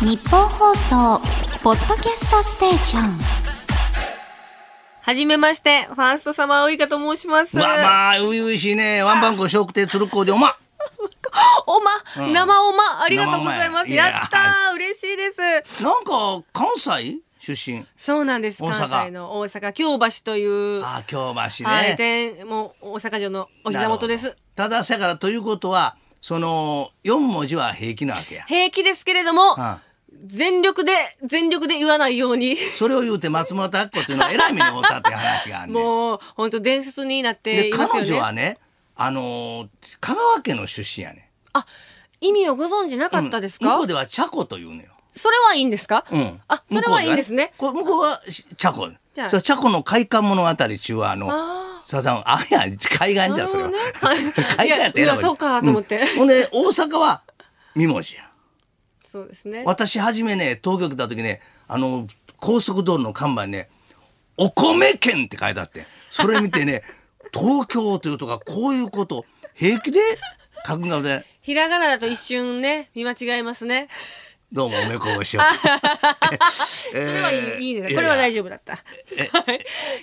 日本放送ポッドキャストステーションはじめまして、ファーストサマーウイカと申します。うわまあ初々しいねワンバンコ小食亭鶴光でおまおま、うん生おま、ありがとうございます。生おまややったー、嬉しいです。なんか関西出身そうなんです。大阪関西の大阪京橋という。ああ京橋ね、はい、天もう大阪城のお膝元でなする。ほどただせやからということはその四文字は平気なわけや、平気ですけれども、う全力で、全力で言わないように。ん、それを言うて松本明子っていうのはえらい目に遭うたっていう話があるねんもう、本当伝説になってでいますよね。彼女はねあのー香川県の出身やねあ、意味をご存知なかうんったです向か、こうでは茶子というのよ、それはいいんですか、うん、あ、それはいいんですね。向こうではこれ向こうはし茶子じゃあそれ茶子の海岸物語中はあのあさだあいや海岸じゃそれは、なる ほどねはい海岸やったらえらいやいやわそうかと思ってんほんで大阪は三文字やそうですね。私初めね東京来た時ねあの高速道路の看板にね「お米券」って書いてあってそれ見 てね東京というとかこういうこと平気で書くのでひらがなだと一瞬ね、見間違えますね。どうもおめこぼしを。そそれはいいいいね。これは大丈夫だった。はい。い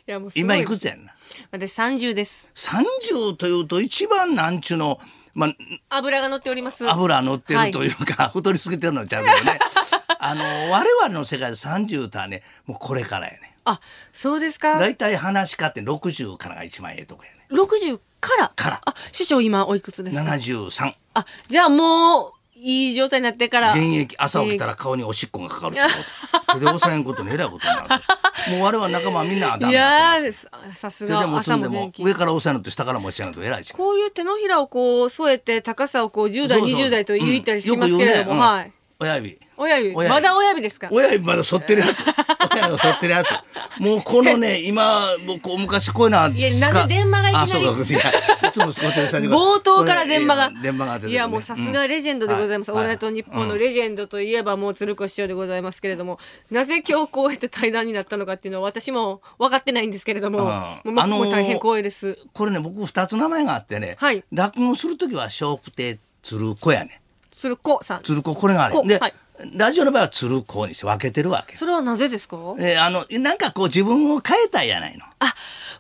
やもうすご今いくつやんな私三十です。 30というと一番なんちゅうの、まあ、油が乗っております。油乗ってるというか、太りすぎてるのちゃうけどね あの我々の世界で30とはねもうこれからやねあ、そうですか。大体話し家って60からが一番ええとこやね六十から。からあ、師匠今おいくつですか。 73あ、じゃあもういい状態になってから。現役朝起きたら顔におしっこがかかるってこと手で押さえんことにえらいことに なるもう我々仲間みんなあだいになやってーますささす手でがもつ朝んでもも元気上。から押さえるのと下から持ち上げるのとえらいしこういう手のひらをこう添えて高さをこう十代そう二そう十代と言いたりしうんますけれども、よく言うねうんはい。親指親指親指まだ親指ですか。親指まだ剃って るやつ親指剃ってるやつもうこのね今僕昔こういうのはいやなんで電話がいきなりあそうかいやいつもスコテルさんに冒頭から電話がこれいや電話が出てくるいやもうさすがレジェンドでございます、うんオールナイトニッポンのレジェンドといえばもう鶴子師匠でございますけれども、なぜ今日こうやって対談になったのかっていうのは私も分かってないんですけれども、うんもうもうあのーもう大変光栄ですこれね僕二つ名前があってね、はい落語する時は小福亭鶴子やね鶴子さん鶴子これがあれ子で、はいラジオの場合は鶴子にして分けてるわけそれはなぜですかえあのなんかこう自分を変えたいやないのあ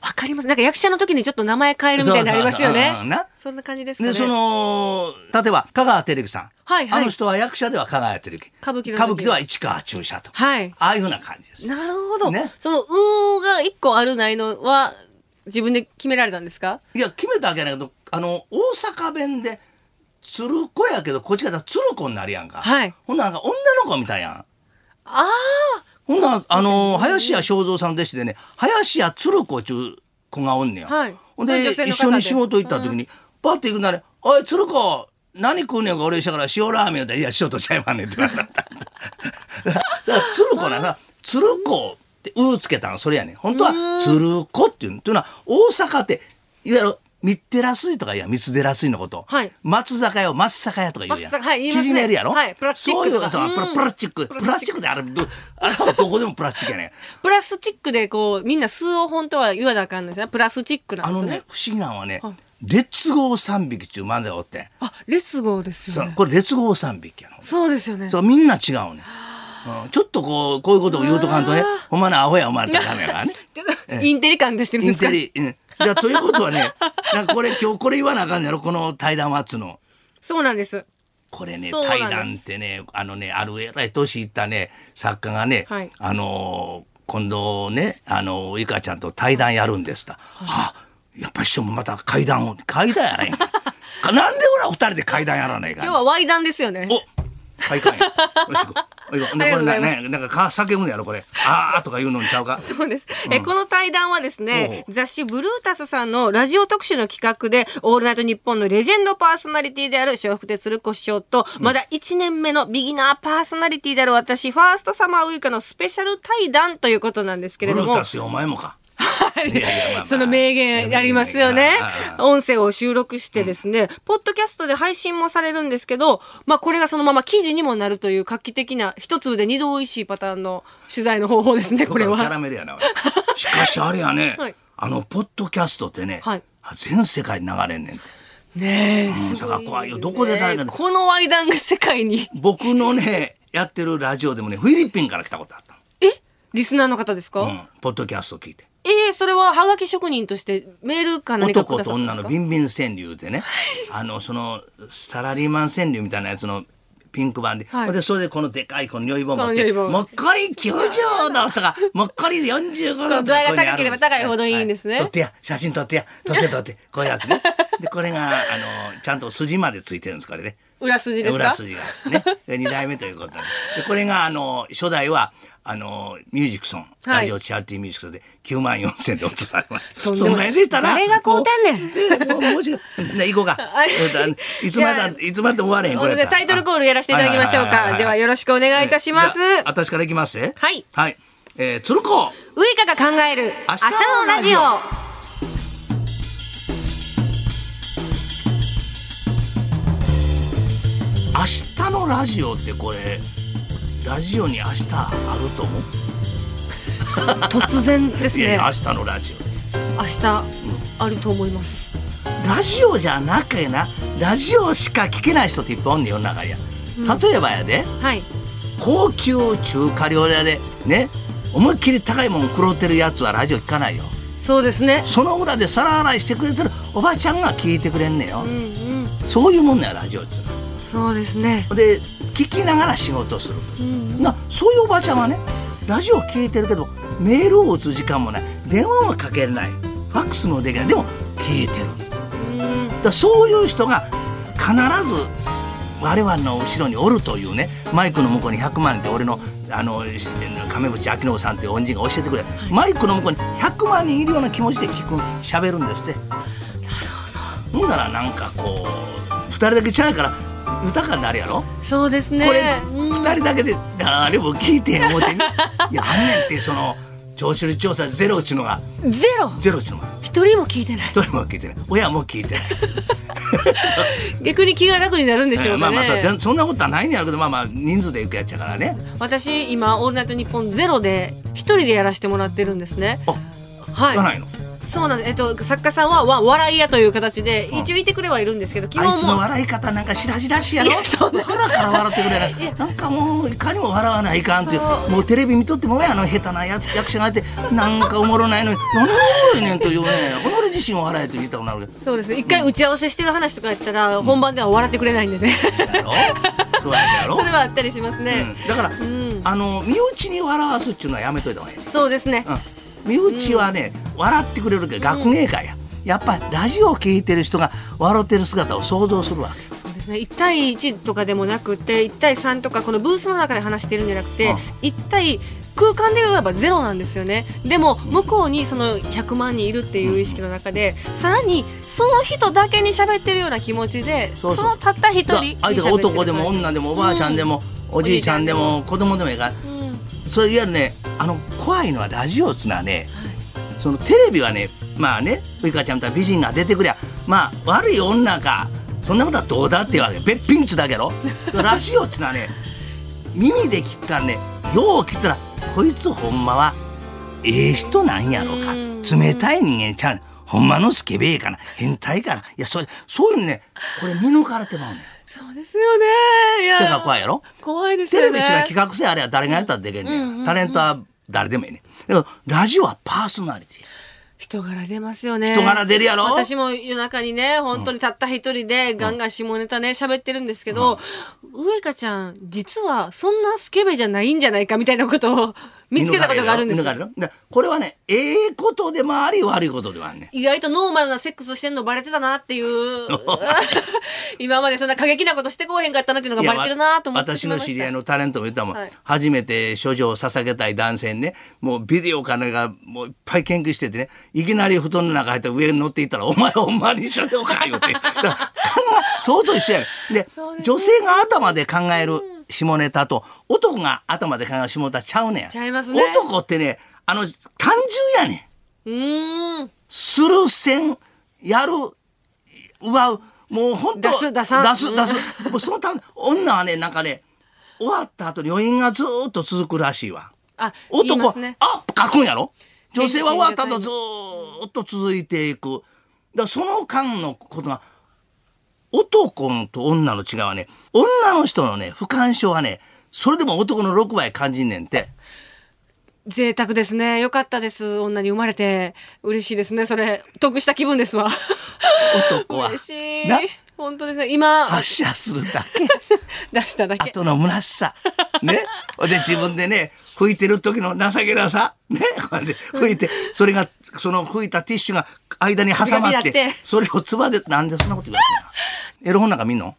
わかりますなんか役者の時にちょっと名前変えるみたいになりますよねそうそうそううんなそんな感じですかねでその例えば香川照之さん、はいはいあの人は役者では香川照之歌舞伎の時は歌舞伎では市川中車と、はいああいうふうな感じです。なるほど、ねその「うー」が一個あるないのは自分で決められたんですかいや決めたわけやないけどあの大阪弁で鶴子やけどこっちが鶴子になるやんか、はいほんならなんか女の子みたいやん。ああほんならあの林家正蔵さんの弟子でね林家鶴子ちゅう子がおんねや、はいほんこでれ女性の一方で緒に仕事行った時に、パッて行くなら「おい鶴子何食うねんか俺したから塩ラーメン」やったら「いや塩とちゃいまんねん」って言われただから鶴子なさ鶴子って「う」つけたのそれやねん本当は「鶴子」っていうのっていうのは大阪っていわゆる三寺水とかいや三寺水のこと、はい松坂屋を松坂屋とか言うやん、松坂はい言いますね縮めるやろ、はいプラスチックそういとうかそうプうラんプラスチックプラスチックであれどあれはどこでもプラスチックや ねんプラスチックでこうみんな数を本当は言わなあかんのですねプラスチックなんあですのよねね、不思議なのはねはい、列号三匹中漫才がおってん。あ列号ですそようねこれ列号三匹やの。そうですよねそう、みんな違うね。うんちょっとこう、こういうことを言うとかんとね、ほんまのアホやお前ってダメや からね。ちょっとインテリ感出してるんイでンすかテリ、うん。じゃあということはね、なんかこれ今日これ言わなあかんねやろ、この対談はっつうの。そうなんですこれねそうなんで対す談ってねあのねあるえらい年いったね作家がね、はいあのー今度ねあのーゆかちゃんと対談やるんですと、はあやっぱり師匠もまた会談を会談 やらへんかかなんで俺ら二人で会談やらないか今日なは Y 談ですよねお会館やよろしくおいこありれがとうございねますねなんかか叫ぶのやろこれあーとか言うのにちゃうかそうです、えこの対談はですねおう雑誌「ブルータス」さんのラジオ特集の企画で「オールナイトニッポン」のレジェンドパーソナリティである笑福亭鶴子師匠と、まだ1年目のビギナーパーソナリティである私ファーストサマーウイカのスペシャル対談ということなんですけブれルどーもタ。スよお前もかいやいやまあまあその名言ありますよね名言や。な音声を収録してですね、ポッドキャストで配信もされるんですけど、まあこれがそのまま記事にもなるという画期的な、一粒で二度美味しいパターンの取材の方法ですね、これキャは。ラメルやなおいしかしあれやね、 はいあのポッドキャストってね、はい全世界に流れんねんねえ、んすごいですねだから怖いよどこで誰がこのワイダンが世界に。僕のねやってるラジオでもね、フィリピンから来たことあったえリスナーの方ですか、の。うん。ポッドキャスト聞いて。えー、それはハガキ職人としてメールか何かく男ださとったんで女すのかビンビン川柳でね、あの、その、サラリーマン川柳みたいなやつの、ピンク版で、はいほんでそれでこのでかいこの如意棒持っこの如て意棒もっこり90だ ったかもっこり45度そう度合いが高ければ高いほどいいんですね撮ってや写真撮ってや撮って撮ってこういうやつねでこれがあのちゃんと筋までついてるんですこれね裏筋ですか裏筋が ね二代目ということででこれがあの初代はあのミュージックソン、はいラジオチャリティーミュージックソンで9万4千で落とされましたとんでもそんなに出たら誰が買うてんねんんもうもうちょいね行こうかはいうんいつまでだいつまで終われへんということでタイトルコールやらせていただきましょうか。ではよろしくお願いいたします。じゃあ私からいきますねはいはい、えー、鶴子ウイカが考える明明日日ののララジジオオ明日のラジオってこれラジオに明日あると思う突然ですいやいねや明日のラジオ明日あると思いますラジオじゃなくやなラジオしか聞けない人っていっぱいおんねん世の中には例えばやで、はい高級中華料理屋でね思いっきり高いもん食ろってるやつはラジオ聞かないよそうですねその裏で皿洗いしてくれてるおばちゃんが聞いてくれんねんよ、うんうんそういうもんなんやラジオっつうのそうですねはで聞きながら仕事をする、なそういうおばちゃんはねラジオ聞いてるけどメールを打つ時間もない電話もかけれないファックスもできないでも聞いてるうんだからそういう人が必ず我々の後ろにおるというねマイクの向こうに100万人って俺のあのし亀渕明信さんっていう恩人が教えてくれ、マイクの向こうに100万人いるような気持ちで聞く喋るんですって。なるほど。ほんならなんかこう2人だけちゃうから豊かになるやろ、そうですねこれうん2人だけで誰も聞いてへん思うてみいやあんねんってその聴取率調査ゼロっちゅうのがゼロゼロっちゅうのが一人も聞いてない1人も聞いてない親も聞いてない。逆に気が楽になるんでしょうまかあねまあそそんなことはないんやろうけどまあまあ人数で行くやつやからね私今オールナイトニッポンゼロで一人でやらせてもらってるんですねあは聞かないの、そうなんです。えっと作家さんはわ笑い屋という形で一応いてくれはいるんですけど、基あい本つのもう笑い方なんかしらじらしいやろいやそんな腹から笑ってくいれやななんかもういかにも笑わないかんっていうそうもうテレビ見とってもねあの下手なやつ役者がいてなんかおもろないのに何がおもろいねんというね己自身を笑えと言いたくなるけどそうですね。一回打ち合わせしてる話とかやったら、本番では笑ってくれないんでね。やろそうや ろそれはあったりしますうね。ん、だから、んあの身内に笑わすっていうのはやめといた方がいいそうですね。うん、身内はね、笑ってくれるけど学芸会や、やっぱりラジオを聞いてる人が笑ってる姿を想像するわけそうですね。一対一とかでもなくて、一対三とかこのブースの中で話してるんじゃなくうてん、一対空間で言えばゼロなんですよね。でも向こうにその100万人いるっていう意識の中で、さらにその人だけに喋ってるような気持ちで、そそうそうのたった一だ人からに喋ってる相手が男でも感じ女でもおばあちゃんでも、おじいちゃんでも子供でもいいからうんそれいわゆるねあの怖いのはラジオっつうのはね、そのテレビはねまあねウイカちゃんみたいな美人が出てくりゃまあ悪い女かそんなことはどうだっていうわけべっぴんっちゅうだ けやろラジオっつうのはね耳で聞くからねよう聞いたらこいつほんまはええ人なんやろかうん冷たい人間ちゃうほんまのスケベえかな変態かないやそれそういうのねこれ見抜かれてまうねんそうですよね。いやそれが怖いやろ怖いですテよね。レビっちゅうのは企画性あれは誰がやったらできんねん,、うんうんうんタレントは誰でもいいねんだけどラジオはパーソナリティや人柄出ますよね。人柄出るやろ私も夜中にね、本当にたった一人でガンガン下ネタね、喋ってるんですけど、上香ちゃん、実はそんなスケベじゃないんじゃないかみたいなことを 見つけたことがあるんです見抜かれよ見抜かれよだこれはねええことでもあり悪いことでもあんねん意外とノーマルなセックスしてんのバレてたなっていう。 今までそんな過激なことしてこうへんかったなっていうのがバレてるなと思っていしやまわい私ました。の知り合いのタレントも言ったもん、はい初めて処女を捧げたい男性にねもうビデオかなんかもういっぱい研究しててねいきなり布団の中入って上に乗っていったら「お前ほんまに処女か」言うてだから考えそうと一緒やねんでそうですね女性が頭で考える下ネタと男が頭で考える下ネタちゃうねんちゃいますね男ってねあの単純やねんうーん。するせんやるうわうもう本当出す出さん出す出すもうそのため女はねなんかね終わった後に余韻がずーっと続くらしいわあ、言い男まは、すね。あ書くんやろ女性は終わった元後気ずーっと続いていくだからその間のことが男と女の違いはね女の人のね不干渉はねそれでも男の6倍感じんねんて。贅沢ですね。よかったです。女に生まれて。嬉しいですね。それ、得した気分ですわ。男は嬉しいな。本当ですね。今、発射するだけ。 出しただけ。後の虚しさ。ね。ほんで自分でね、拭いてる時の情けなさ。ね。ほんで拭いて、それが、その拭いたティッシュが間に挟まっビラビラってて、それをつばで、なんでそんなこと言われてんのエロ本なんか見んの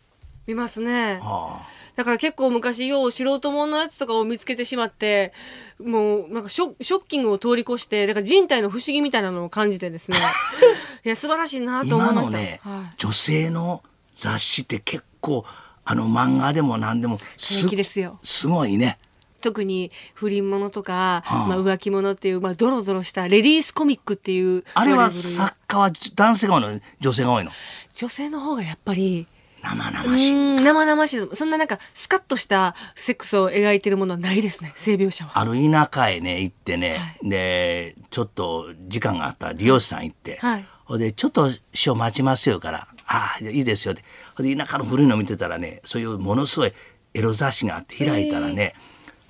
見ますね。あだから結構昔、よう素人もんのやつとかを見つけてしまって、もう、なんかショショッキングを通り越して、だから人体の不思議みたいなのを感じて ですね。いや、素晴らしいなあと思今いまのした。ね、はい女性の雑誌って結構、あの漫画でも何でもす平気ですよすごいね。特に不倫ものとか、はあまあ、浮気者っていう、まあ、ドロドロしたレディースコミックっていうあれまはレベルの作家は男性が多いの女性が多いの女性の方がやっぱり生う々しい。ーん生々しいそんななんかスカッとしたセックスを描いてるものはないですね性描写はあの田舎へね行ってね、でちょっと時間があったら利用師さん行って、はいほんでちょっと師匠待ちますよから「ああいいですよ」ってほんで田舎の古いの見てたらねそういうものすごいエロ雑誌があって開いたらね、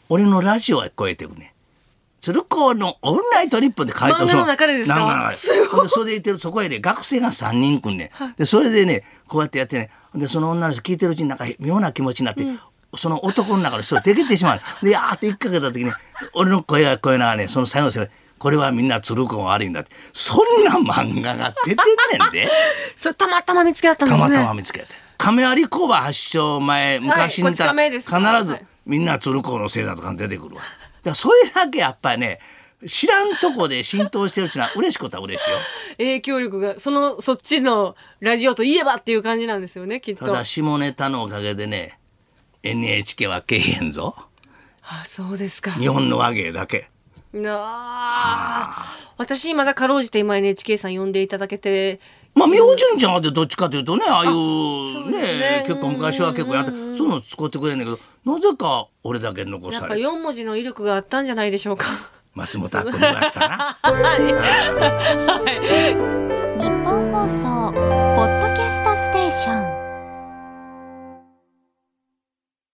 俺のラジオが聞こえてくね「鶴光のオールナイトニッポン」って書いて漫画の中でですか漫画の中でほんでそれでいてるそこへね学生が3人来んねんでそれでねこうやってやってねほんでその女の人聞いてるうちになんか妙な気持ちになって、その男の中の人が出てきてしまう のでやーって一っかけた時に俺の声が声ながらねその最後の人がこれはみんな鶴子が悪いんだってそんな漫画が出てんねんでそれたまたま見つけ合ったんでたすねまたま見つけて亀有工場発祥前昔にいたこらっち亀で必すからずはいみんな鶴子のせいだとか出てくるわだからそれだけやっぱりね知らんとこで浸透してるっていうのは嬉しいことは 嬉しいよ。影響力がそのそっちのラジオといえばっていう感じなんですよねきったとだ下ネタのおかげでね NHK はけえへんぞあそうですか日本の和芸だけなあ私まだかろうじて今 NHK さん呼んでいただけてまあ明神ちゃんってどっちかというとねああいうそうですねね結構昔は結構やってそういうの作ってくれんだけどなぜか俺だけ残やっさぱれて4文字の威力があったんじゃないでしょうか。 松本あっこ見ましたな。